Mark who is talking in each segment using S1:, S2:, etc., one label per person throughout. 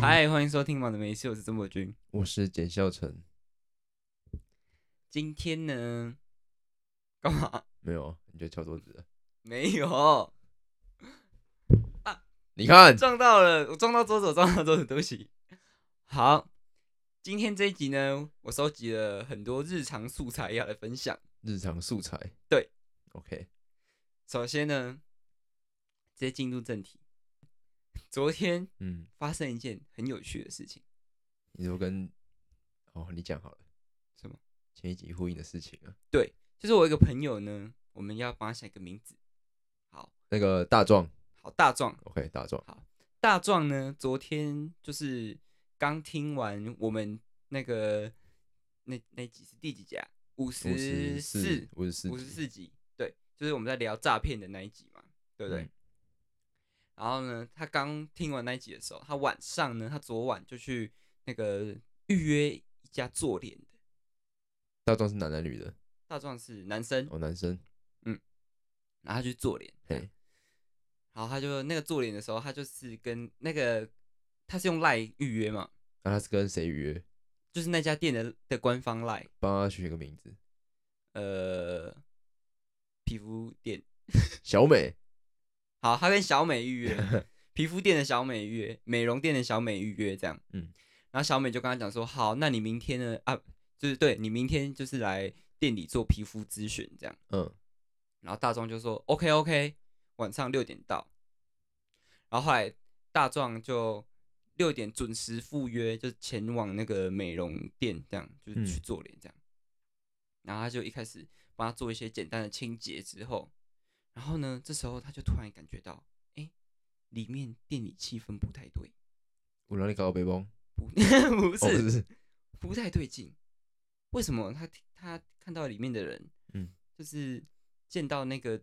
S1: 嗨，欢迎收听《忙的没事》，我是曾博君。
S2: 我是简孝成，
S1: 今天呢，干嘛？
S2: 没有，啊你就敲桌子了。
S1: 没有，
S2: 你看，
S1: 撞到了，我撞到桌子，我撞到桌子，对不起。好，今天这一集呢，我收集了很多日常素材要来分享。
S2: 日常素材。
S1: 对
S2: ，OK，
S1: 首先呢，直接进入正题。昨天
S2: 嗯，
S1: 发生一件很有趣的事情，
S2: 你就跟哦，你讲好了，
S1: 什么？
S2: 前一集呼应的事情啊，
S1: 就是我有一个朋友呢，我们要帮他想一个名字。好
S2: 那个大壮
S1: 好，大壮，
S2: ，OK，大壮，
S1: 大壮呢，昨天就是刚听完我们那个那那集是第几集啊？五
S2: 五
S1: 十
S2: 十
S1: 四
S2: 四，，五十四，
S1: 五十四集，对，就是我们在聊诈骗的那一集嘛，对不对？
S2: 嗯
S1: 然后呢，他刚听完那一集的时候，他晚上呢，他昨晚就去那个预约一家做脸的，
S2: 大壮是男的女的？
S1: 大壮是男生，
S2: 哦，男生，
S1: 然后他去做脸，
S2: 嘿，
S1: 然后他就那个做脸的时候，他就是跟那个他是用赖预约嘛，
S2: 那、啊他是跟谁预约？
S1: 就是那家店的的官方赖，
S2: 帮他取一个名字，
S1: 呃皮肤店。
S2: 小美，
S1: 好，他跟小美预约皮肤店的小美预约，美容店的小美预约这样。
S2: 嗯，
S1: 然后小美就跟他讲说，好，那你明天呢？啊，就是对你明天就是来店里做皮肤咨询这样。
S2: 嗯，
S1: 然后大壮就说 OK OK，晚上六点到。然后后来大壮就六点准时赴约，就前往那个美容店，这样就是去
S2: 嗯
S1: 做脸这样。然后他就一开始帮他做一些简单的清洁之后，然后呢，这时候他就突然感觉到，哎，里面店里气氛不太对，
S2: 我让你搞个背包，
S1: 不不
S2: 哦，不
S1: 是
S2: 是，
S1: 不太对劲。为什么他他看到里面的人，
S2: 嗯，
S1: 就是见到那个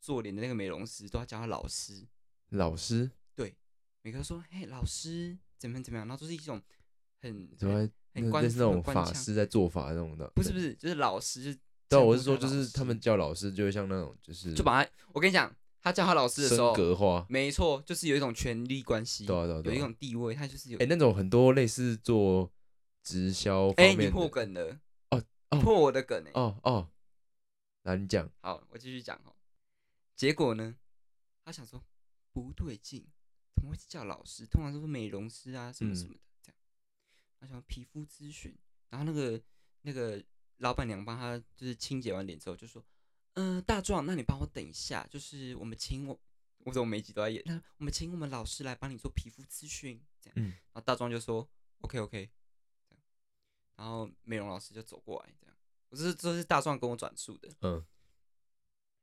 S1: 做脸的那个美容师，都要叫他老师，
S2: 老师，
S1: 每个都说：“嘿，老师怎么样怎么样。”然后就是一种很
S2: 怎么
S1: 很
S2: 还
S1: 很哎官
S2: 类似那
S1: 方
S2: 种
S1: 官
S2: 法
S1: 腔
S2: 师在做法那种的？
S1: 不是不是，就是老师就是
S2: 对，啊
S1: 称
S2: 我是
S1: 呼
S2: 说，
S1: 他
S2: 就
S1: 老
S2: 是
S1: 师
S2: 他们叫老师，就会像那种，就是
S1: 就把他，我跟你讲，他叫他老师的时
S2: 升
S1: 候，
S2: 格化，
S1: 没错，就是有一种权力关系，
S2: 对啊对啊
S1: 有
S2: 对
S1: 一
S2: 啊。
S1: 种地位，他就是有
S2: 哎、那种很多类似做直销方
S1: 哎、
S2: 面的，
S1: 你破梗了
S2: 哦哦
S1: 破我的梗哎、
S2: 哦哦，来你讲，
S1: 好，我继续讲哦。结果呢，他想说不对劲，怎么会是叫老师？通常都是美容师啊，什么什
S2: 嗯
S1: 么的、这样。他想皮肤咨询，然后那个那个老板娘帮他就是清洁完脸之后就说：“嗯、大壮，那你帮我等一下，就是我们请我，我怎么每集都在演？那我们请我们老师来帮你做皮肤咨询，这样。
S2: 嗯
S1: 然后大壮就说 OK OK，这样。然后美容老师就走过来，这样。我这是这是大壮跟我转述的。
S2: 嗯，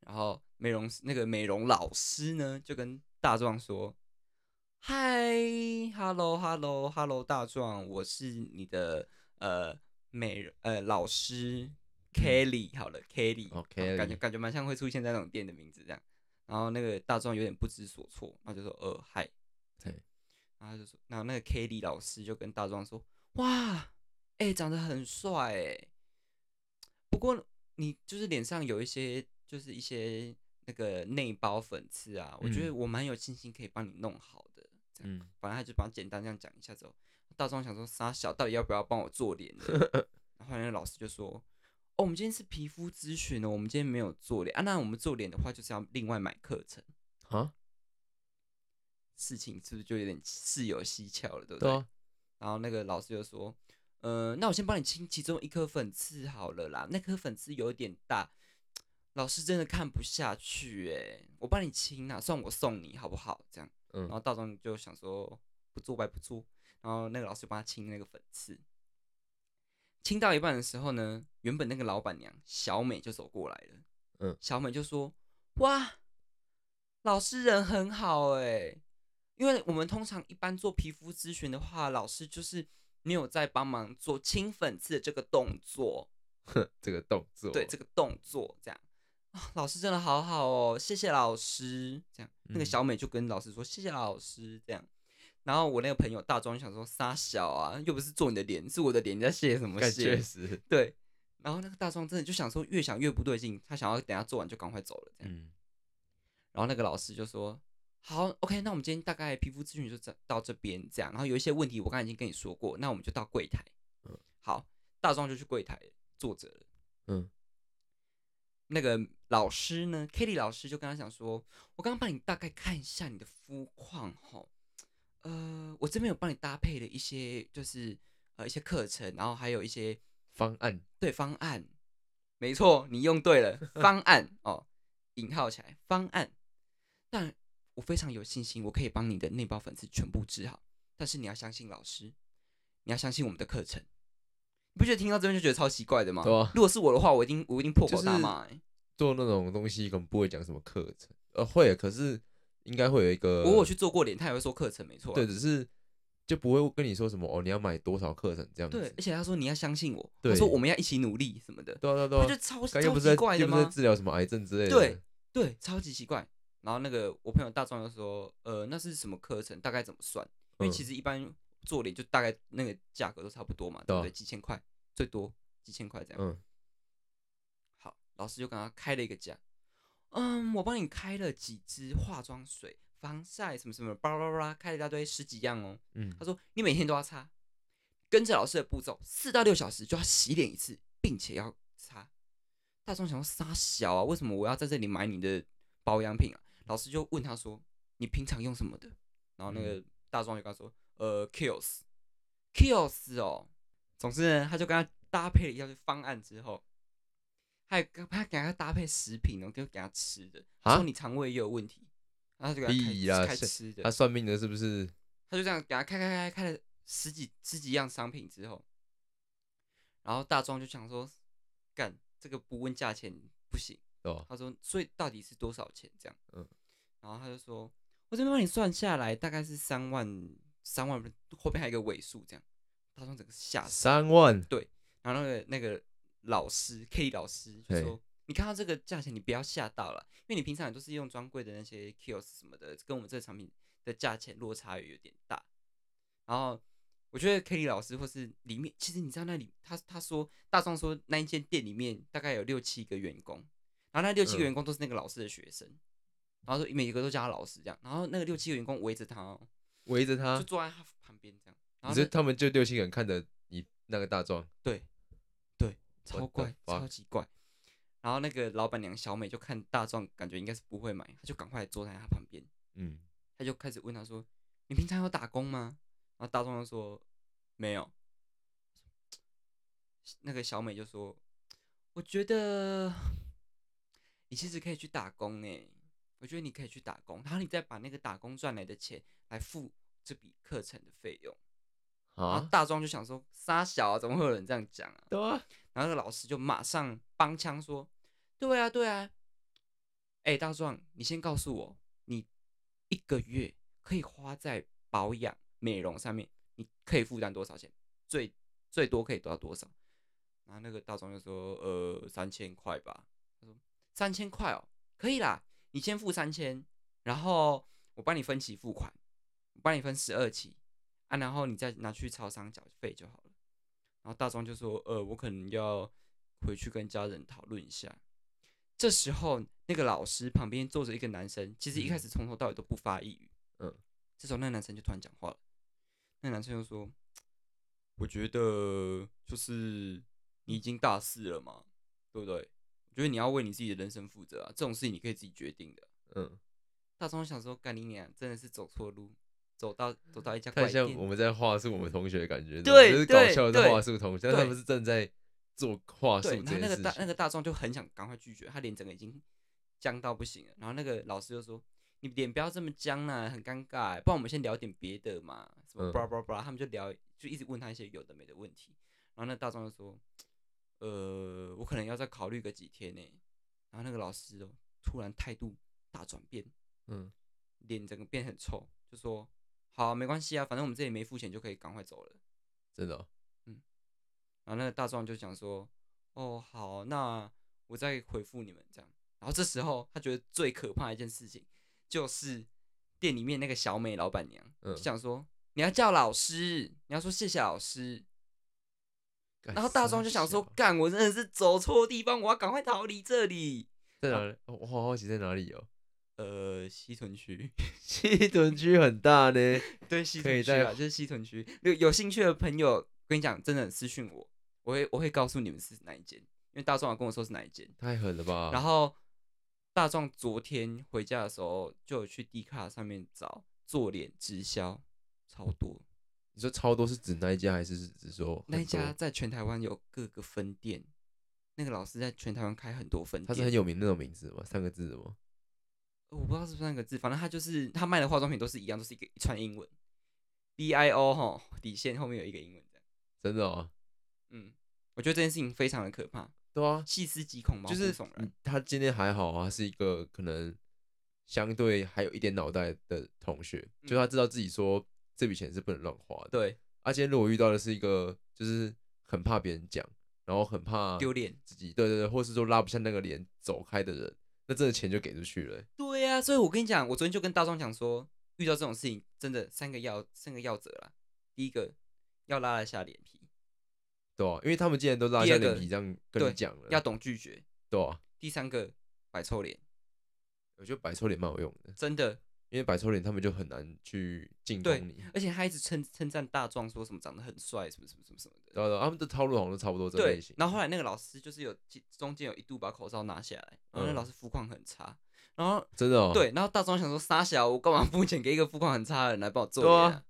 S1: 然后美容那个美容老师呢，就跟大壮说：“嗨，hello hello hello，大壮，我是你的呃美呃老师 Kelly，好了，Kelly，
S2: 嗯哦
S1: 感觉
S2: Kelly
S1: 感觉蛮像会出现在那种店的名字这样。”然后那个大壮有点不知所措，然后就说：“呃，嗨。”
S2: 对，
S1: 然后他就说，然后那个 Kelly 老师就跟大壮说：“哇，哎、长得很帅哎，不过你就是脸上有一些就是一些那个内包粉刺啊，我觉得
S2: 嗯
S1: 我蛮有信心可以帮你弄好的。”这样，
S2: 嗯，
S1: 反正他就帮他简单这样讲一下之后，大壮想说：“傻小，到底要不要帮我做脸呢？” 然后那个老师就说。哦，我们今天是皮肤咨询哦，我们今天没有做脸啊。那我们做脸的话，就是要另外买课程。
S2: 啊，
S1: 事情是不是就有点事有蹊跷了，对不
S2: 对啊，
S1: 然后那个老师就说：“呃，那我先帮你清其中一颗粉刺好了啦，那颗粉刺有点大，老师真的看不下去哎、我帮你清啦、算我送你好不好？”这样，
S2: 嗯
S1: 然后道中就想说不做白不做，然后那个老师就帮他清那个粉刺。清到一半的时候呢，原本那个老板娘小美就走过来了，
S2: 嗯，
S1: 小美就说：“哇，老师人很好哎、因为我们通常一般做皮肤咨询的话，老师就是没有在帮忙做清粉刺的这个动作，
S2: 这个动作，
S1: 对这个动作这样。啊，老师真的好好哦，谢谢老师。这样，那个
S2: 嗯
S1: 小美就跟老师说谢谢老师这样。然后我那个朋友大庄想说傻小啊，又不是做你的脸，是我的脸，你在谢什么
S2: 感
S1: 谢
S2: 确？实，
S1: 对。然后那个大庄真的就想说，越想越不对劲，他想要等下做完就赶快走了这样。
S2: 嗯，
S1: 然后那个老师就说：“好，OK，那我们今天大概皮肤咨询就这到这边这样，然后有一些问题我刚才已经跟你说过，那我们就到柜台。
S2: 嗯
S1: 好，大壮就去柜台坐着了。
S2: 嗯，
S1: 那个老师呢 k a t i e 老师就跟他讲说，我刚刚帮你大概看一下你的肤况哈，呃，我这边有帮你搭配了一些就是呃一些课程，然后还有一些
S2: 方案
S1: 对方案，没错，你用对了方案哦，引号起来方案。但我非常有信心，我可以帮你的内包粉刺全部治好。但是你要相信老师，你要相信我们的课程。你不觉得听到这边就觉得超奇怪的吗？
S2: 对啊
S1: 如果是我的话，我一定我一定破口大骂、欸。
S2: 做那种东西，可能不会讲什么课程，呃，会，可是应该会有一个，
S1: 我我去做过脸，他也会说课程没错啊、
S2: 呃对，只是就不会跟你说什么哦，你要买多少课程这样子，
S1: 对，而且他说你要相信我，
S2: 对
S1: 他说我们要一起努力什么的，
S2: 对啊对啊对
S1: 他
S2: 啊，
S1: 就超
S2: 刚又
S1: 超
S2: 不是在
S1: 奇怪的
S2: 又不是
S1: 吗
S2: 在？治疗什么癌症之类的，
S1: 对，对，超级奇怪。然后那个我朋友大壮就说，呃，那是什么课程？大概怎么算？因为
S2: 嗯
S1: 其实一般做脸就大概那个价格都差不多嘛，对
S2: 对
S1: 不
S2: 啊
S1: 对？几千块最多，几千块这样。
S2: 嗯，
S1: 好，老师就跟他开了一个价，嗯，我帮你开了几支化妆水、防晒什么什么，巴拉巴拉巴拉，开了一大堆十几样哦。
S2: 嗯
S1: 他，说你每天都要擦，跟着老师的步骤，四到六小时就要洗脸一次，并且要擦。大壮想要撒小啊，为什么我要在这里买你的保养品啊？老师就问他说：“你平常用什么的？”然
S2: 嗯
S1: 后那个大壮就跟他说：“呃，Kills，Kills 哦。”总之呢，他就跟他搭配了一下这方案之后，还给他给他搭配食品哦，然后就给他吃的，
S2: 啊
S1: 说你肠胃也有问题，然后就给他
S2: 屁啦
S1: 开开
S2: 是
S1: 吃的
S2: 他。算命的是不是？
S1: 他就这样给他开开开开了十几十几样商品之后，然后大壮就想说，干这个不问价钱不行。
S2: 对吧？
S1: 他说，所以到底是多少钱？这样，嗯
S2: 嗯，
S1: 然后他就说，我这边帮你算下来，大概是三万，三万后面还有一个尾数，这样。大壮整个吓死，
S2: 三万，
S1: 然后那个那个老师 K 老师就
S2: 嘿
S1: 说。你看到这个价钱，你不要吓到了，因为你平常也都是用专柜的那些 Kills 什么的，跟我们这个产品的价钱落差也有点大。然后我觉得 Kelly 老师或是里面，其实你知道那里，他他说大壮说那一间店里面大概有六七个员工，然后那六七个
S2: 嗯
S1: 员工都是那个老师的学生，然后说每一个都叫他老师这样，然后那个六七个员工围着他、哦，
S2: 围着
S1: 就
S2: 他，
S1: 坐在他旁边这样，然后
S2: 啊你说
S1: 呢
S2: 他们就六七个人看着你那个大壮，
S1: 对对，
S2: What
S1: 超
S2: the
S1: 怪，超
S2: fuck？
S1: 级怪。然后那个老板娘小美就看大壮，感觉应该是不会买，她就赶快坐在他旁边，
S2: 嗯，
S1: 他就开始问他说：“你平常有打工吗？”然后大壮就说：“没有。”那个小美就说：“我觉得你其实可以去打工呢，我觉得你可以去打工，然后你再把那个打工赚来的钱来付这笔课程的费用。”然后
S2: 啊，
S1: 大壮就想说：“傻小、啊，怎么会有人这样讲啊？”
S2: 对啊，
S1: 然后那个老师就马上帮腔说：“对啊，对啊，哎、大壮，你先告诉我，你一个月可以花在保养、美容上面，你可以负担多少钱？最最多可以得到多少？”然后那个大壮就说：“呃，三千块吧。”他说：“三千块哦，可以啦，你先付三千，然后我帮你分期付款，我帮你分十二期啊，然后你再拿去超商缴费就好了。”然后大壮就说：“呃，我可能要回去跟家人讨论一下。”这时候，那个老师旁边坐着一个男生，其实一开始从头到尾都不发一语。
S2: 嗯，
S1: 这时候那个男生就突然讲话了，那个男生就说：“我觉得就是你已经大四了嘛，对不对？我觉得你要为你自己的人生负责啊，这种事情你可以自己决定的。”
S2: 嗯，
S1: 大壮想说：“干你娘，真的是走错路，走到走到一家
S2: 太
S1: 怪
S2: 嗯像
S1: 店。”
S2: 我们在话术我们同学的感觉，
S1: 对
S2: 就是
S1: 对
S2: 搞笑
S1: 对
S2: 的话术同学，但
S1: 对
S2: 他们是正在做话术
S1: 对，
S2: 这
S1: 然后那
S2: 件
S1: 个
S2: 事
S1: 大那
S2: 情，
S1: 个大壮就很想赶快拒绝，他脸整个已经僵到不行了。然后那个老师就说：“你脸不要这么僵啦、很尴尬、不然我们先聊点别的嘛，什么
S2: 嗯
S1: 巴拉巴拉巴拉。”他们就聊，就一直问他一些有的没的问题。然后那大壮就说：“呃，我可能要再考虑个几天呢、然后那个老师哦，突然态度大转变，
S2: 嗯，
S1: 脸整个变很臭，就说：“好啊、没关系啊，反正我们这里没付钱就可以赶快走了。”
S2: 真的哦，
S1: 然后那个大壮就讲说：“哦，好，那我再回复你们这样。”然后这时候他觉得最可怕的一件事情就是店里面那个小美老板娘，
S2: 嗯
S1: 就想说：“你要叫老师，你要说谢谢老师。”
S2: 干
S1: 然后大壮就想说
S2: 傻：“
S1: 干，我真的是走错地方，我要赶快逃离这里。啊
S2: 啊小在哪里？哦我好好奇在哪里哦，
S1: 呃西屯区，
S2: 西屯区很大呢，
S1: 对西
S2: 可
S1: 屯
S2: 以
S1: 区
S2: 在
S1: 啊，就是西屯区。有有兴趣的朋友，跟你讲，真的私讯我，我会我会告诉你们是哪一间，因为大壮有跟我说是哪一间。
S2: 太狠了吧？
S1: 然后大壮昨天回家的时候，就有去 D 卡上面找做脸直销，
S2: 嗯
S1: 超多。
S2: 你说超多是指那一家，还是指说
S1: 那一
S2: 很多
S1: 家在全台湾有各个分店，那个老师在全台湾开很多分店。
S2: 它是很有名的那种名字吗？三个字的吗？
S1: 呃我不知道是不是那个字，反正他就是他卖的化妆品都是一样，都是一个一串英文，D I O 哈底线后面有一个英文这样。
S2: 真的哦，
S1: 嗯，我觉得这件事情非常的可怕，
S2: 对啊，
S1: 细思极恐，毛
S2: 就
S1: 骨
S2: 是
S1: 悚然。
S2: 嗯他今天还好啊，他是一个可能相对还有一点脑袋的同学，就他知道自己说这笔钱是不能乱花的。
S1: 嗯对，
S2: 啊，今天如果遇到的是一个就是很怕别人讲，然后很怕
S1: 丢脸。
S2: 自己，对对对，或是说拉不下那个脸走开的人，那真的钱就给出去了欸、
S1: 对呀、所以我跟你讲，我昨天就跟大壮讲说，遇到这种事情，真的三个要三个要则啦。第一个要拉得下脸皮，
S2: 对啊，因为他们既然都拉
S1: 第
S2: 下
S1: 二个
S2: 脸皮这样跟
S1: 对
S2: 你讲了，
S1: 要懂拒绝。
S2: 对啊，
S1: 第三个摆臭脸，
S2: 我觉得摆臭脸蛮有用的，
S1: 真的，
S2: 因为摆臭脸他们就很难去进攻
S1: 对
S2: 你。
S1: 而且他一直称称赞大壮说什么长得很帅，什么什么什么什么的。
S2: 对啊对啊，他们的套路好像都差不多这类
S1: 对
S2: 型，。
S1: 然后后来那个老师就是有其中间有一度把口罩拿下来，然后那
S2: 嗯
S1: 老师肤况很差，然后
S2: 真的哦，
S1: 对，然后大壮想说傻小，我干嘛付钱给一个肤况很差的人来帮我做
S2: 对啊
S1: 脸啊？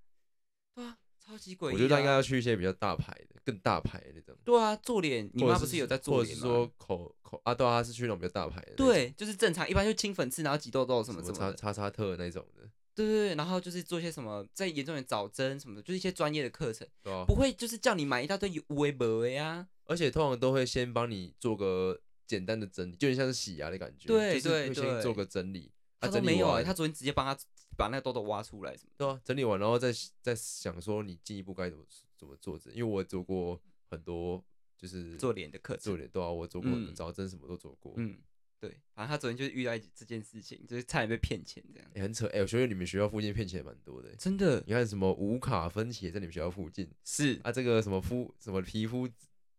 S1: 对啊，超级诡异啊。
S2: 我觉得他应该要去一些比较大牌的、更大牌的那种。
S1: 对啊，做脸，你
S2: 或者
S1: 妈不是有在做
S2: 或者
S1: 脸
S2: 是
S1: 吗？
S2: 说口口啊，对啊，他是去那种比较大牌的那种，
S1: 对，就是正常，一般就清粉刺，然后挤痘痘什
S2: 什
S1: 么
S2: 么
S1: 什
S2: 叉
S1: 么的，
S2: 叉叉特那种的，
S1: 对对对，然后就是做一些什么，在严重点找针什么的，就是一些专业的课程，
S2: 对啊
S1: 不。会就是叫你买一大堆有为不为啊，
S2: 而且通常都会先帮你做个简单的整理，就有点像是洗牙的感觉，
S1: 对
S2: 就是
S1: 对
S2: 会
S1: 对
S2: 先做个整理。啊
S1: 他都
S2: 整理
S1: 没有哎、
S2: 完
S1: 他昨天直接帮他把那个痘痘挖出来什么的，
S2: 对啊，整理完然后再再想说你进一步该怎么怎么做这，因为我做过很多就是
S1: 做脸的课程
S2: 做脸，对啊，我做过很多
S1: 嗯
S2: 找针什么都做过，嗯，
S1: 嗯，对，反正他昨天就是遇到一这件事情，就是差点被骗钱这样，
S2: 很扯哎、我觉得你们学校附近骗钱蛮多的欸、
S1: 真的
S2: 你看什么无卡分期也在你们学校附近，
S1: 是、
S2: 啊，这个什么肤什么皮肤咨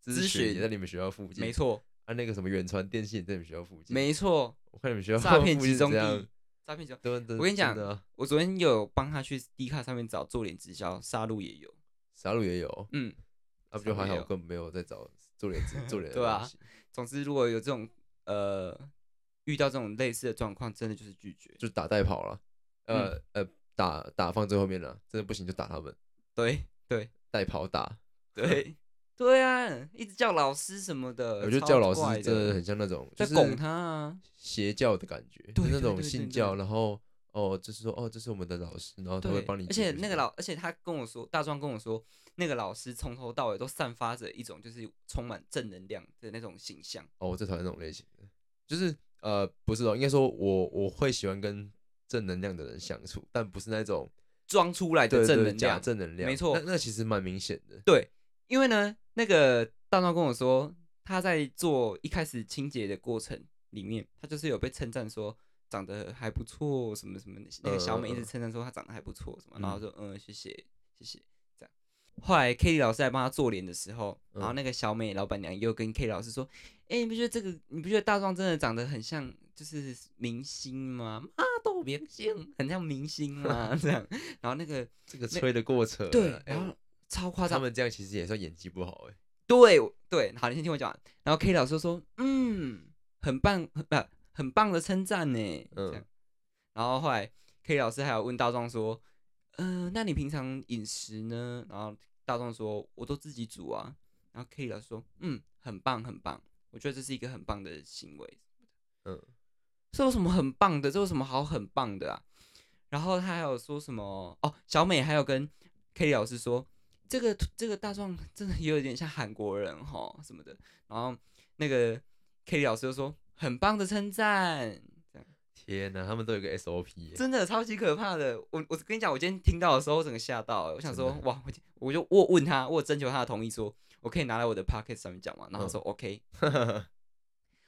S1: 咨
S2: 询
S1: 询
S2: 也在你们学校附近，
S1: 没。错，
S2: 啊，那个什么远传电信也在你们学校附近，，
S1: 没 错，
S2: 我看你们学校
S1: 诈骗
S2: 附近
S1: 集中
S2: 这样
S1: 地，诈骗集中。
S2: 对对，
S1: 我跟你讲
S2: 真的啊，
S1: 我昨天有帮他去 D 卡上面找做脸直销，杀戮也有，
S2: 杀戮也有，
S1: 嗯，
S2: 啊，不就还
S1: 杀戮
S2: 好，
S1: 也有
S2: 根本没有在找做脸 子做脸的
S1: 对啊
S2: 东西，
S1: 总之，如果有这种呃遇到这种类似的状况，真的就是拒绝。
S2: 就打带跑了，呃
S1: 嗯
S2: 呃，打打放最后面了，真的不行就打他们，
S1: 对对
S2: 带跑打，
S1: 对对啊，一直叫老师什么的，
S2: 我觉得
S1: 呃超
S2: 叫老师
S1: 怪
S2: 真的很像那种
S1: 在
S2: 就是
S1: 拱他啊。
S2: 邪教的感觉，就
S1: 对
S2: 是那
S1: 对
S2: 种
S1: 对对
S2: 信
S1: 对
S2: 教，然后哦，就是说哦，这是我们的老师，然后他
S1: 对
S2: 会，帮你
S1: 而
S2: 解决
S1: 且
S2: 什么，
S1: 那个老，而且他跟我说，大壮跟我说，那个老师从头到尾都散发着一种就是充满正能量的那种形象。
S2: 哦，我最讨厌那种类型的，就是呃，不是哦，应该说我我会喜欢跟正能量的人相处，但不是那种
S1: 装出来的
S2: 对
S1: 正
S2: 对
S1: 能
S2: 假
S1: 量，
S2: 正能量，
S1: 没错
S2: 那那其实蛮明显的，
S1: 因为呢，那个大壮跟我说，他在做一开始清洁的过程里面，他就是有被称赞说长得还不错，什么什么的。那个小美一
S2: 呃
S1: 直称赞说她长得还不错，什么，然后说嗯，谢谢谢谢这样。后来 K 老师在帮他做脸的时候，
S2: 嗯
S1: 然后那个小美老板娘又跟 K 老师说：“哎、你不觉得这个？你不觉得大壮真的长得很像就是明星吗？ 妈都明星，很像明星吗？ 这样。”然后那个
S2: 这个吹的过扯了，
S1: 对，
S2: 哎
S1: 然后超夸
S2: 他
S1: 张，
S2: 们这样其实也算演技不好哎，
S1: 对我对，好，你先听我讲完。然后 K 老师说，嗯，很棒，很不、很棒的称赞呢。
S2: 嗯
S1: 嗯，然后后来 K 老师还有问大壮说，呃，那你平常饮食呢？然后大壮说，我都自己煮啊。然后 K 老师说，嗯，很棒，很棒，我觉得这是一个很棒的行为。
S2: 嗯，
S1: 这有什么很棒的？这有什么好很棒的啊？然后他还有说什么？哦，小美还有跟 K 老师说，这个这个大壮 真的也有点像韩国人吼什么的。然后那个 K 老师就说，很棒的称赞，
S2: 天哪，他们都有个 SOP，哎
S1: 真的超级可怕的。我我跟你讲，我今天听到的时候，我整个吓到、欸，我想说
S2: 真，的
S1: 哇，我我就我问他，我有征求他的同意说，我可以拿来我的 p o c k e t 上面讲嘛？然后
S2: 嗯
S1: 他说 OK，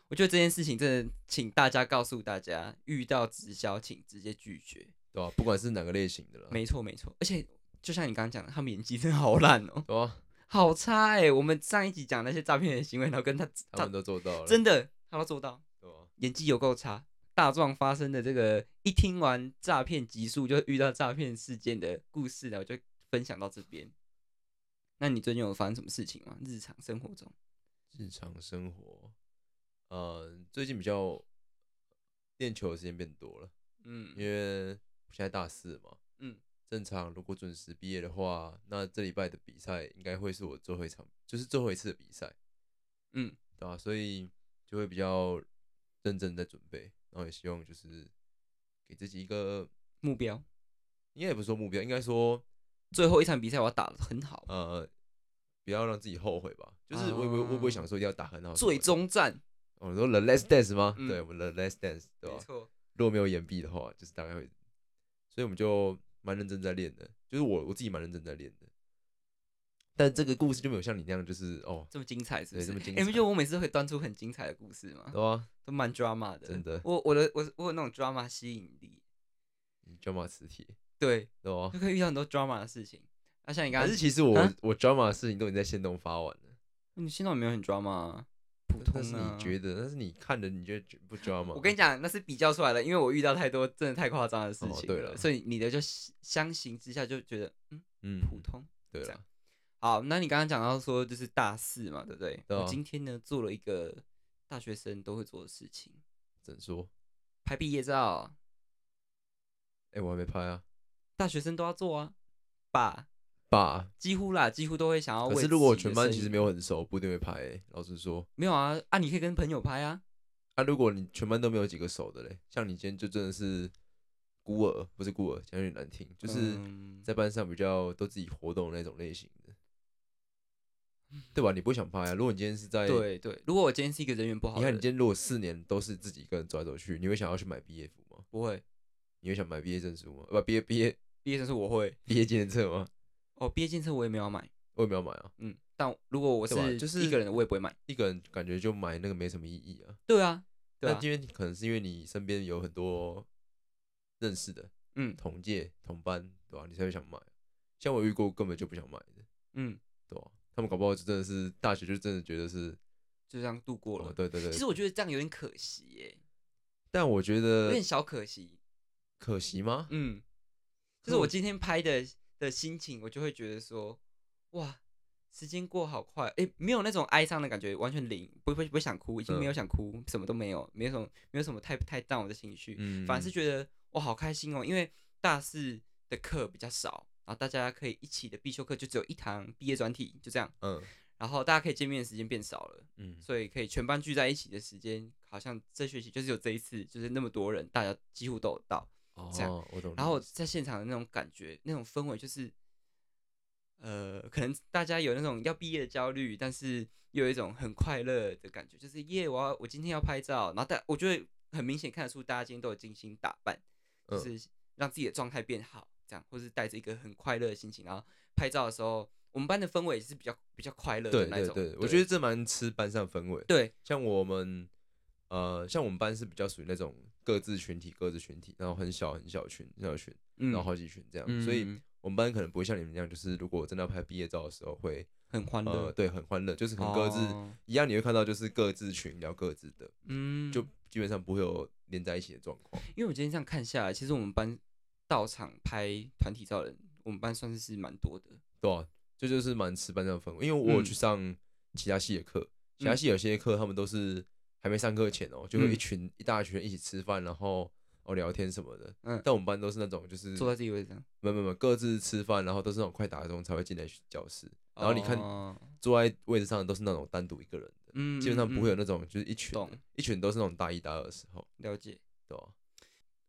S1: 我觉得这件事情真的，请大家告诉大家，遇到直销请直接拒绝。
S2: 对吧？不管是哪个类型的了，
S1: 没错没错，而且就像你刚刚讲的，他们演技真的好烂哦，
S2: 对吧？
S1: 好差哎、我们上一集讲那些诈骗的行为，然后跟他
S2: 他
S1: 他
S2: 们都做到了，
S1: 真的他都做到，
S2: 对吧？
S1: 演技有够差。大壮发生的这个一听完诈骗集数就遇到诈骗事件的故事呢，我就分享到这边。那你最近有发生什么事情吗？日常生活中？
S2: 日常生活，呃，最近比较练球的时间变多了，
S1: 嗯
S2: 因为我现在大四嘛，
S1: 嗯，
S2: 正常如果准时毕业的话，那这礼拜的比赛应该会是我最后一场，就是最后一次的比赛，
S1: 嗯，
S2: 对吧、所以就会比较认真地在准备，然后也希望就是给自己一个，
S1: 目标
S2: 应该也不是说目标，应该说
S1: 最后一场比赛我要打的很好，
S2: 呃，不要让自己后悔吧。就是我也不会我也不会想说一定要打很好什么
S1: 啊最
S2: 的。
S1: 终战。
S2: 我们说 The Last Dance 吗？
S1: 嗯
S2: 对，我们 The Last Dance 对啊吧？
S1: 错，
S2: 如果没有延毕的话，就是大概会，所以我们就蛮认真在练的，就是我我自己蛮认真在练的。但这个故事就没有像你那样，就是哦，
S1: 这么精彩是不
S2: 对
S1: 是？哎
S2: 这么精
S1: 诶你不
S2: 彩
S1: 觉得我每次会端出很精彩的故事吗？
S2: 对啊，
S1: 都蛮 drama 的，
S2: 真的
S1: 我我的我我有那种 drama 吸引力，
S2: 你 drama 磁铁，
S1: 对，
S2: 对吧
S1: 就？可以遇到很多 drama 的事情。那、像你刚
S2: 但
S1: 刚
S2: 是，其实我、
S1: 嗯啊
S2: 我 drama 的事情都已经在线动发完了，
S1: 你心脏没有很 drama，啊普通
S2: 但是
S1: 啊
S2: 你觉得，但是你看了你觉得 不 drama？
S1: 我跟你讲，那是比较出来的，因为我遇到太多真的太夸张的事情
S2: 哦对了
S1: 所以你的就相形之下就觉得嗯
S2: 嗯，
S1: 普通。
S2: 对
S1: 这
S2: 了
S1: 样，好，那你刚刚讲到说就是大四嘛，对不对？
S2: 对啊
S1: 我今天呢做了一个大学生都会做的事情，
S2: 只能说，
S1: 拍毕业照，
S2: 哎、我还没拍啊，
S1: 大学生都要做啊，吧？
S2: 爸，
S1: 几乎啦，几乎都会想要为自
S2: 可
S1: 己
S2: 是
S1: 的生。
S2: 如果我全班其实没有很熟，不一定会拍、欸。老实说，
S1: 没有啊啊，你可以跟朋友拍啊，
S2: 啊，如果你全班都没有几个熟的嘞，像你今天就真的是孤儿，不是孤儿，讲有点难听，就是
S1: 嗯
S2: 在班上比较都自己活动的那种类型的，对吧？你不会想拍啊？如果你今天是
S1: 嗯
S2: 在，
S1: 对对，如果我今天是一个人缘不好
S2: 你
S1: 的
S2: 看
S1: 人，
S2: 你今天如果四年都是自己一个人走来走去，你会想要去买毕业服吗？
S1: 不会
S2: 你会想买毕业证书吗？呃不，毕业毕业
S1: 毕业证书我会
S2: 毕业纪念册吗？
S1: 哦，毕业建设我也没有要买，
S2: 我也没有买啊，
S1: 嗯，但如果我
S2: 对吧
S1: 是
S2: 就是
S1: 一个人的，我也不会买。
S2: 一个人感觉就买那个没什么意义啊。
S1: 对啊，对
S2: 那
S1: 啊
S2: 今，天可能是因为你身边有很多认识的，
S1: 嗯
S2: 同届同班，对吧、你才会想买。像我遇过根本就不想买的，
S1: 嗯，
S2: 对吧、他们搞不好就真的是大学就真的觉得是，
S1: 就这样度过
S2: 哦，
S1: 了。
S2: 对对对。
S1: 其实我觉得这样有点可惜耶，
S2: 但我觉
S1: 有
S2: 得
S1: 点小可惜。
S2: 可惜吗？
S1: 嗯，就
S2: 可
S1: 是我
S2: 我
S1: 今天拍的的心情，我就会觉得说，哇，时间过好快，诶，没有那种哀伤的感觉，完全零，不不不会想哭，已经没有想哭，什么都没有，没有什么没有什么太太淡我的情绪，
S2: 嗯，
S1: 反而是觉得我好开心哦，因为大四的课比较少，然后大家可以一起的必修课就只有一堂毕业专题，就这样，
S2: 嗯
S1: 然后大家可以见面的时间变少了。
S2: 嗯，
S1: 所以可以全班聚在一起的时间，好像这学期就是有这一次，就是那么多人，大家几乎都有到。这样
S2: 哦，我懂你意思。
S1: 然后在现场的那种感觉，那种氛围就是，呃，可能大家有那种要毕业的焦虑，但是又有一种很快乐的感觉，就是耶，我要我今天要拍照，然后大我觉得很明显看得出大家今天都有精心打扮，就
S2: 嗯
S1: 是让自己的状态变好，这样，或是带着一个很快乐的心情，然后拍照的时候，我们班的氛围是比较比较快乐的
S2: 对
S1: 那
S2: 对
S1: 种，
S2: 对，我觉得这蛮吃班上氛围。
S1: 对，
S2: 像我们呃，像我们班是比较属于那种各自群体各自群体，然后很小很小群很小群，
S1: 嗯，
S2: 然后好几群这样，所以
S1: 嗯
S2: 我们班可能不会像你们那样，就是如果真的要拍毕业照的时候会
S1: 很欢
S2: 呃，
S1: 乐，
S2: 对，很欢乐，就是很各自、
S1: 哦
S2: 一样，你会看到就是各自群聊各自的，
S1: 嗯，
S2: 就基本上不会有连在一起的状况。
S1: 因为我今天这样看下来，其实我们班到场拍团体照的人，我们班算是是蛮多的。
S2: 对啊，这就是蛮吃班上的氛围。因为我有
S1: 嗯
S2: 去上其他系的课，其他
S1: 嗯
S2: 系有些课他们都是还没上课前哦，就会一
S1: 嗯
S2: 群、一大群人一起吃饭，然后哦聊天什么的。
S1: 嗯
S2: 但我们班都是那种就是
S1: 坐在自己位置上，
S2: 没有没有没有各自吃饭，然后都是那种快打钟才会进来教室。然后你看、
S1: 哦
S2: 坐在位置上的都是那种单独一个人的，
S1: 嗯
S2: 基本上不会有
S1: 嗯嗯
S2: 那种就是一群的
S1: 懂
S2: 一群都是那种大一大二的时候，
S1: 了解，
S2: 对吧、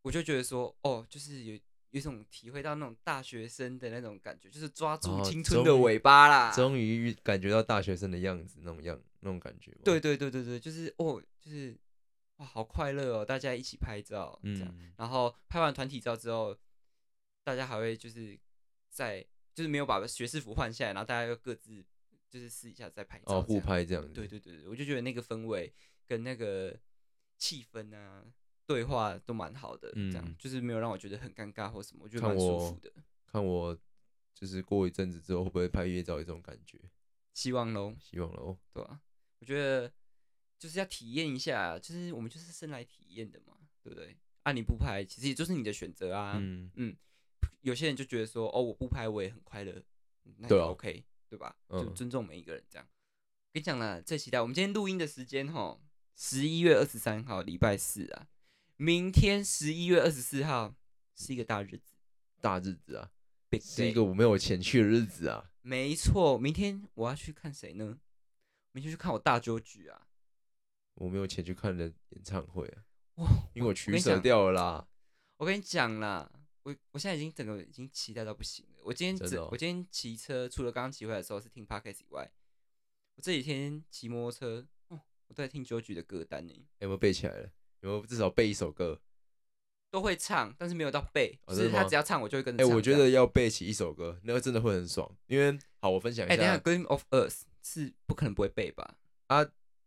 S1: 我就觉得说，哦，就是有有一种体会到那种大学生的那种感觉，就是抓住
S2: 哦
S1: 青春
S2: 终
S1: 的
S2: 于
S1: 尾巴啦。
S2: 终于遇感觉到大学生的样子，那种样那种感觉吗？
S1: 对，对对对对，就是哦，就是哇，好快乐哦，大家一起拍照、这样。
S2: 嗯，
S1: 然后拍完团体照之后，大家还会就是在就是没有把学士服换下来，然后大家又各自就是私底下再拍照，
S2: 哦，互。拍这样子，
S1: 对对对，对我就觉得那个氛围跟那个气氛啊，对话都蛮好的，这样
S2: 嗯
S1: 就是没有让我觉得很尴尬或什么，我觉得
S2: 看
S1: 蛮舒
S2: 我
S1: 服的。
S2: 看我就是过一阵子之后会不会拍毕业照，有这种感觉，
S1: 希望啊喽，
S2: 希望了哦。
S1: 对吧、我觉得就是要体验一下，就是我们就是生来体验的嘛，对不对？啊，你不拍，其实也就是你的选择啊。
S2: 嗯
S1: 有些人就觉得说，哦，我不拍我也很快乐，嗯那
S2: 对
S1: 就
S2: 啊
S1: OK，对吧？就
S2: 嗯
S1: 尊重每一个人这样。跟你讲啦，最期待我们今天录音的时间吼，十一月二十三号，礼拜四啊。明天十一月二十四号是一个大日子
S2: 大日子啊，
S1: ，big
S2: 是一
S1: day
S2: 个我没有钱去的日子啊。
S1: 没错，明天我要去看谁呢？明天去看我大纠局啊！
S2: 我没有钱去看人演唱会啊，
S1: 哇，
S2: 因为我
S1: 跟
S2: 取
S1: 你
S2: 舍
S1: 讲
S2: 掉了啦。
S1: 我跟你讲啦，我我现在已经整个已经期待到不行了。我今天
S2: 真
S1: 整、
S2: 的哦
S1: 我今天骑车，除了刚刚骑回来的时候是听 podcast 以外，我这几天骑摩托车，哦，我都在听九局的歌单呢，
S2: 有没有背起来了？有没有至少背一首歌？
S1: 都会唱，但是没有到背，
S2: 哦
S1: 就
S2: 真
S1: 是
S2: 的
S1: 他
S2: 吗
S1: 只要唱我就会跟着
S2: 哎、
S1: 唱这样。
S2: 我觉得要背起一首歌，那个真的会很爽。因为好，我分享一
S1: 哎、等一
S2: 下，啊
S1: 下《Game of Us》是不可能不会背吧？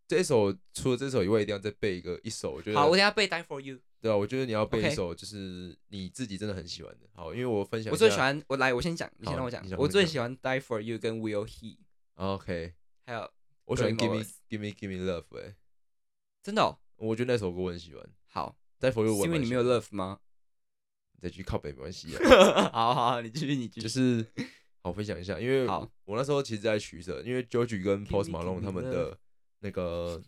S2: 这一首除了这首以外，一定要再背一个一首。我觉得
S1: 好，我等一下背《Die for You》，
S2: 对啊，我觉得你要背一
S1: OK
S2: 首就是你自己真的很喜欢的。好，因为我分享一下，
S1: 我最喜欢我来，我先讲，你先
S2: 好
S1: 让我
S2: 你
S1: 讲
S2: 先，让
S1: 我
S2: 我
S1: 最
S2: 讲
S1: 喜欢《Die for You》跟《Will He》，
S2: 啊 OK，
S1: 还有
S2: 我喜
S1: Glenn
S2: 欢 Give Me
S1: Morris
S2: Give Me Give Me Love、哎，
S1: 真的、哦、
S2: 我觉得那首歌我很喜欢。
S1: 好，
S2: 再 for
S1: 是
S2: you，我也
S1: 因为
S2: 蛮
S1: 你
S2: 喜
S1: 没有
S2: 欢
S1: Love 吗？
S2: 你再去靠北没关系啊。
S1: 好好，好你继续，你继续。
S2: 就是好分享一下，因为
S1: 好
S2: 我那时候其实在取舍，因为 George 跟
S1: Give me,
S2: Post
S1: give
S2: Malone 他
S1: me
S2: 们的那个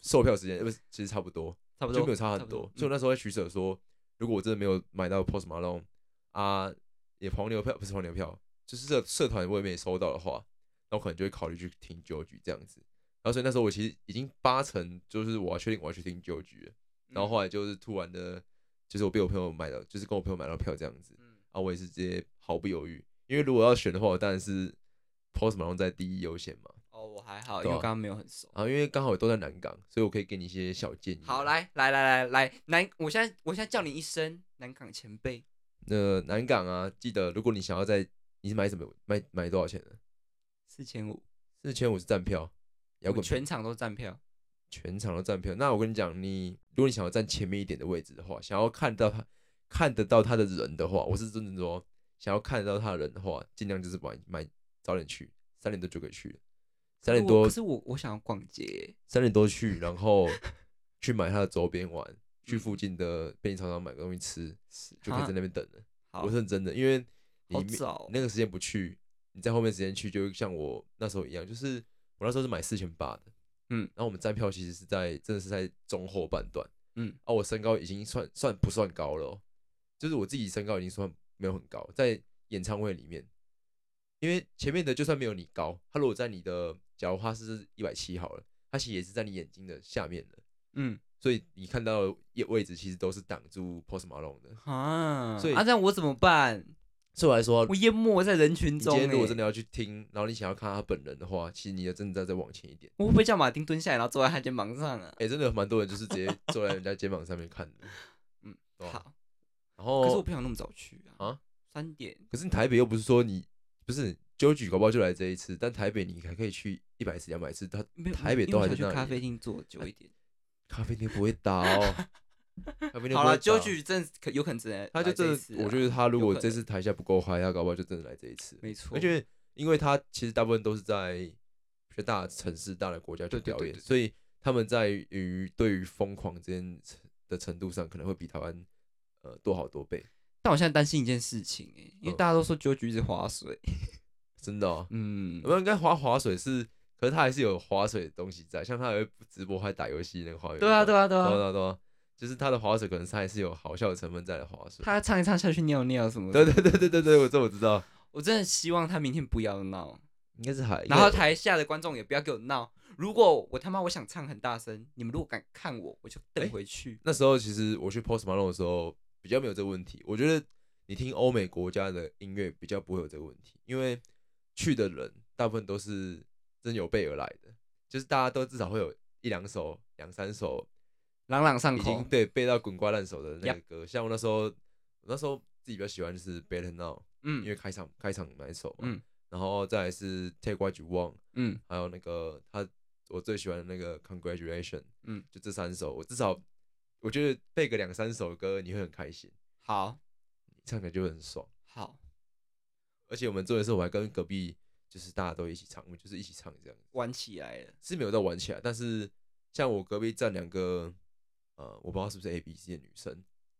S2: 售票时间，呃不是其实差不多，
S1: 差不多
S2: 就没有差很
S1: 不
S2: 多，
S1: 嗯
S2: 所以我那时候在取舍说，如果我真的没有买到 Post Malone 啊，也黄牛票不是黄牛票，就是这社团我也没收到的话，那我可能就会考虑去听 George 这样子。然后所以那时候我其实已经八成就是我要确定我要去听 George，了
S1: 嗯
S2: 然后后来就是突然的，就是我被我朋友买到，就是跟我朋友买到票这样子。
S1: 嗯
S2: 啊，我也是直接毫不犹豫，因为如果要选的话，我当然是 Post Malone 在第一优先嘛。
S1: 哦，我还好，因
S2: 对
S1: 为
S2: 啊
S1: 我刚刚没有很熟。
S2: 啊，因为刚好也都在南港，所以我可以给你一些小建议。
S1: 好，，来来来来来，南，我现在我现在叫你一声南港前辈，
S2: 那南港啊，记得如果你想要在，你是买什么？买买多少钱的？
S1: 四千五，
S2: 四千五是站票，摇
S1: 我
S2: 滚
S1: 们全场都站票，
S2: 全场都站票。那我跟你讲，你如果你想要站前面一点的位置的话，想要看到他看得到他的人的话，我是真的说，想要看得到他的人的话，尽量就是买买早点去，三点多就可以去了，三点
S1: 我
S2: 多
S1: 可是我我想要逛街，
S2: 三点多去，然 后去买他的周边玩，去
S1: 嗯
S2: 附近的便利超商买个东西吃，就可以
S1: 哈
S2: 在那边等了。
S1: 好
S2: 我是认真的，因为你
S1: 好
S2: 没
S1: 早哦
S2: 那个时间不去，你在后面时间去，就会像我那时候一样，就是我那时候是买四千八的，
S1: 嗯
S2: 然后我们站票其实是在真的是在中后半段，
S1: 嗯，
S2: 啊，我身高已经算算不算高了哦、就是我自己身高已经算没有很高，在演唱会里面，因为前面的就算没有你高，他如果在你的，假如他是一百七好了，他其实也是在你眼睛的下面的，
S1: 嗯
S2: 所以你看到的位置其实都是挡住 Post Malone 的。
S1: 啊，
S2: 所以
S1: 啊，那我怎么办？
S2: 对我来说，
S1: 我淹没在人群
S2: 你
S1: 中
S2: 今天如果
S1: 欸
S2: 真的要去听，然后你想要看他本人的话，其实你也真的要再往前一点。
S1: 我会不会叫马丁蹲下来，然后坐在他肩膀上啊？
S2: 哎、真的有蛮多人就是直接坐在人家肩膀上面看的。
S1: 嗯
S2: 对啊，
S1: 好，
S2: 然
S1: 可是我
S2: 后
S1: 不想那么早去啊，
S2: 啊，
S1: 三点
S2: 可是你台北又不是说你不是 j o j 搞不好就来这一次，但台北你还可以去一百次、两百次，他
S1: 没有
S2: 台北
S1: 因为
S2: 都
S1: 我
S2: 还
S1: 想
S2: 在那
S1: 去咖
S2: 里啊
S1: 啡厅坐久一点。
S2: 咖啡店不会 倒，咖啡店不
S1: 好
S2: 哎会
S1: 了，就
S2: 倒。
S1: 去真的可有可能只能
S2: 他就
S1: 来这
S2: 真
S1: 一
S2: 的，
S1: 次
S2: 我
S1: 啊
S2: 觉得他如
S1: 有
S2: 果
S1: 可
S2: 这
S1: 能
S2: 次台下不够嗨，他搞不好就真的来这一次。
S1: 没错，
S2: 而且因为他其实大部分都是在比较大的城市、大的国家去
S1: 对对
S2: 表
S1: 对
S2: 演，
S1: 对
S2: 所以他们在于对于疯狂之间的程度上，可能会比台湾呃多好多倍。
S1: 但我现在担心一件事情、欸，因为
S2: 嗯
S1: 大家都说九橘子划水，
S2: 真的哦，
S1: 嗯
S2: 我，们应该滑滑水是，可是他还是有滑水的东西在，像他有直播还打游戏那个滑水，
S1: 对啊，对
S2: 啊，
S1: 啊，对
S2: 对啊，对
S1: 啊，
S2: 啊，对啊就是他的滑水可能他还是有好笑的成分在的滑水。
S1: 他唱一唱下去尿尿什么
S2: 对
S1: 的，
S2: 对对对对对，我这我知道，
S1: 我真的希望他明天不要闹，
S2: 应该是还，
S1: 然后台下的观众也不要给我闹。如果我他妈我想唱很大声，你们如果敢看我，我就瞪
S2: 哎
S1: 回去。
S2: 那时候其实我去 Post Malone 的时候比较没有这个问题。我觉得你听欧美国家的音乐比较不会有这个问题，因为去的人大部分都是真有备而来的，就是大家都至少会有一两首、两三首
S1: 朗朗上
S2: 已经
S1: 口，
S2: 对背到滚瓜烂熟的那个歌。像我那时候，我那时候自己比较喜欢就是 Better Now，、因
S1: 嗯
S2: 为开场开场那一首嘛，
S1: 嗯
S2: 然后再来是 Take What You Want，
S1: 嗯，
S2: 还有那个他我最喜欢的那个 Congratulation，
S1: 嗯，
S2: 就这三首，我至少我觉得背个两三首歌你会很开心，
S1: 好
S2: 唱起来就会很爽。
S1: 好
S2: 而且我们做的时候，我还跟隔壁就是大家都一起唱，我们就是一起唱这样子，
S1: 玩起来了，
S2: 是没有到玩起来，但是像我隔壁站两个呃，我不知道是不是 A B C 的女生，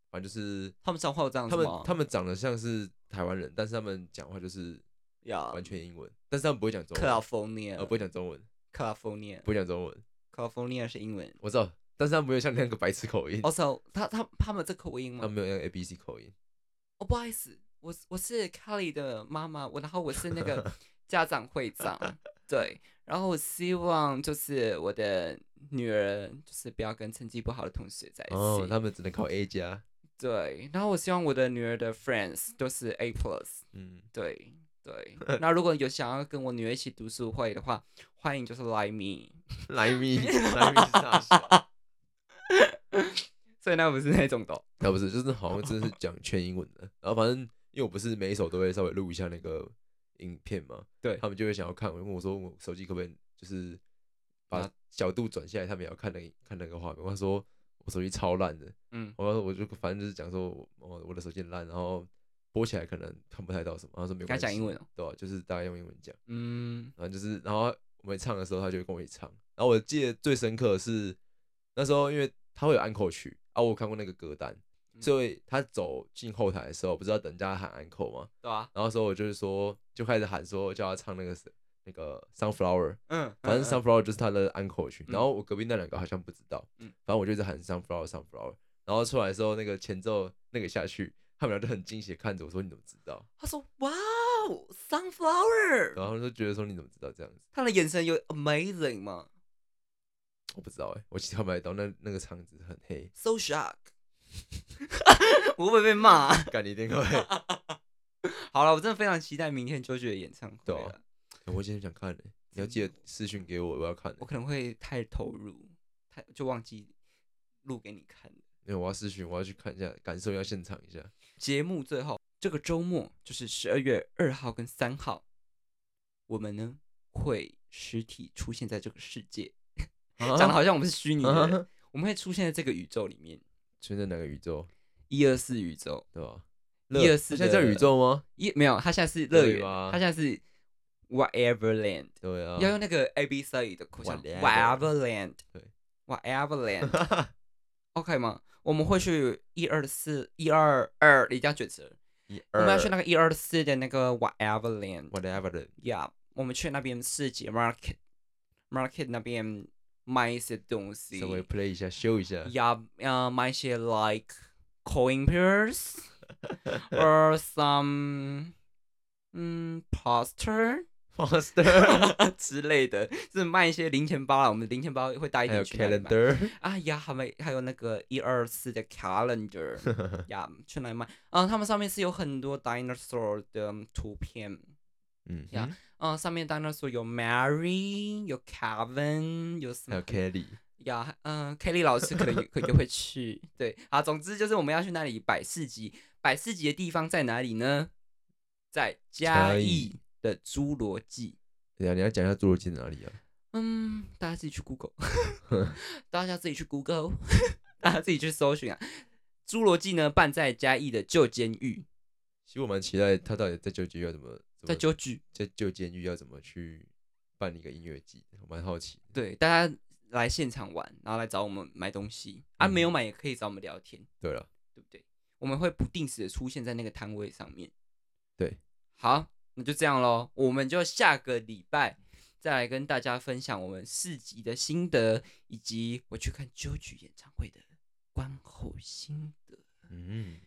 S2: 反正就是
S1: 他们上话有这样子
S2: 他们
S1: 吗
S2: 他们长得像是台湾人，但是他们讲话就是
S1: 呀
S2: 完全英文，但是他们不会讲中文，呃，不会讲中文，
S1: California，California，California
S2: 不会讲中文，
S1: 是英文。
S2: 我知道，但是他们没有像那个白痴口音，
S1: Also，他他他们有这口音
S2: 他
S1: 吗？
S2: 们没有那个 A B C 口音，
S1: 哦，不好意思，我是我是 Kelly 的妈妈，我然后我是那 个家长会长，对，然后我希望就是我的女儿就是不要跟成绩不好的同学在一起，
S2: 哦，他们只能考 A 加，
S1: 对，然后我希望我的女儿的 friends 都是 A plus，
S2: 嗯，
S1: 对 对，那如果有想要跟我女儿一起读书会的话，欢迎就是 like me，
S2: 莱 米莱米是大小，
S1: 所以那不是那种的哦，
S2: 啊不是，就是好像真的是讲全英文 的，然后反正因为我不是每一首都会稍微录一下那个影片嘛，
S1: 对
S2: 他们就会想要看，我问我说我手机可不可以就是把
S1: 啊
S2: 角度转下来，他们也要看那个看那个画面，我说我手机超烂的。
S1: 嗯，
S2: 我说我就反正就是讲说我，我我的手机很烂，然后播起来可能看不太到什么。然后说没
S1: 跟她
S2: 关系，
S1: 讲英文哦，
S2: 对吧、就是大家用英文讲，
S1: 嗯，
S2: 然后就是然后我们唱的时候，他就会跟我一起唱。然后我记得最深刻的是那时候，因为他会有安扣曲啊，我有看过那个歌单，
S1: 嗯
S2: 所以他走进后台的时候，不是要等大家喊安扣吗？
S1: 对啊，
S2: 然后时候我就是说，就开始喊说叫他唱那个是那个 Sunflower，
S1: 嗯，
S2: 反正
S1: 嗯
S2: sunflower 就是他的 uncle 去，
S1: 嗯
S2: 然后我隔壁那两个好像不知道，
S1: 嗯
S2: 反正我就一直喊 sunflower sunflower，然后出来的时候那个前奏那个下去，他们俩就很惊喜的看着我说你怎么知道？
S1: 他说哇哦，sunflower，
S2: 然后他们就觉得说你怎么知道这样子？
S1: 他的眼神有 amazing 吗，
S2: 我不知道哎、我其实看不太到那那个场子很黑
S1: ？So shock，我会不会被骂、
S2: 干你 一定会，
S1: 好了，我真的非常期待明天 JoJo 的演唱会
S2: 对
S1: 了、
S2: 啊我今天想看哎、你要记得私讯给我，我要看、欸
S1: 我，可能会太投入，太就忘记录给你看了。
S2: 因为我要私讯，我要去看一下，感受一下现场一下。
S1: 节目最后这个周末就是十二月二号跟三号，我们呢会实体出现在这个世界，
S2: 长
S1: 讲的好像我们是虚拟的人，
S2: 啊
S1: 我们会出现在这个宇宙里面，
S2: 存在哪个宇宙？
S1: 一二四宇宙。
S2: 对吧？
S1: 一二四
S2: 现在在宇宙吗？
S1: 一没有，他现在是乐
S2: 对
S1: 园，
S2: 吧
S1: 他现在是 whatever land，、
S2: 对啊，
S1: 要用那个 A B C 的口腔
S2: Whatever
S1: whatever land，
S2: 对
S1: ，whatever land，OK、吗？我们
S2: 嗯
S1: 会去一二四一二二，你这样卷舌，
S2: 一
S1: 我
S2: 二
S1: 们要去那个一二四的那个 whatever land，yeah，
S2: whatever 的，
S1: 我们去那边市集 market market 那边卖一些东西
S2: 稍微 play 一下，修一下。
S1: ，yeah，呃，买一些 like coin pairs。or some 嗯 poster
S2: Monster，
S1: 之类的，就是卖一些零钱包啦。我们零钱包会带一
S2: 还有
S1: 点去那里卖。
S2: calendar，
S1: 啊呀，还没还有那个一二四的 calendar 呀，去哪里卖？嗯，他们上面是有很多 dinosaur 的图片。
S2: 嗯
S1: 呀
S2: 哼，
S1: 嗯，上面 dinosaur 有 Mary，有 Kevin，有什
S2: 还有
S1: 么？
S2: Kelly，
S1: 呀，嗯，Kelly 老师可能也可也会去。对，好，总之就是我们要去那里摆市集。摆市集的地方在哪里呢？在嘉
S2: 嘉
S1: 义的侏罗纪。
S2: 对啊，你要讲一下侏罗纪哪里啊？
S1: 嗯，大家自己去 Google，大家自己去 Google，大 家自己去搜寻啊。侏罗纪呢办在嘉义的旧监狱，
S2: 其实我蛮期待他到底在旧监狱要怎么，怎
S1: 在
S2: 么
S1: 旧局。
S2: 在旧监狱要怎么去办一个音乐季，我蛮好奇的。
S1: 对，大家来现场玩，然后来找我们买东西啊，没有
S2: 嗯
S1: 买也可以找我们聊天。
S2: 对了，
S1: 对不对？我们会不定时的出现在那个摊位上面。
S2: 对，
S1: 好，那就这样喽，我们就下个礼拜再来跟大家分享我们四集的心得，以及我去看 JoJo 演唱会的观后心得。
S2: 嗯，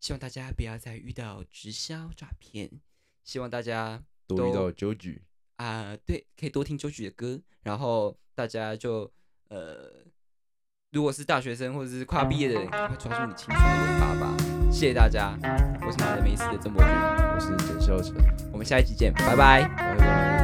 S1: 希望大家不要再遇到直销诈骗，希望大家
S2: 多遇到 JoJo，
S1: 啊、对，可以多听周曲的歌，然后大家就呃，如果是大学生或者是快要毕业的人，赶快抓住你青春的尾巴吧！谢谢大家，我是马德梅斯的曾博君，
S2: 我是简孝成，
S1: 我们下一集见，拜拜。
S2: 拜拜。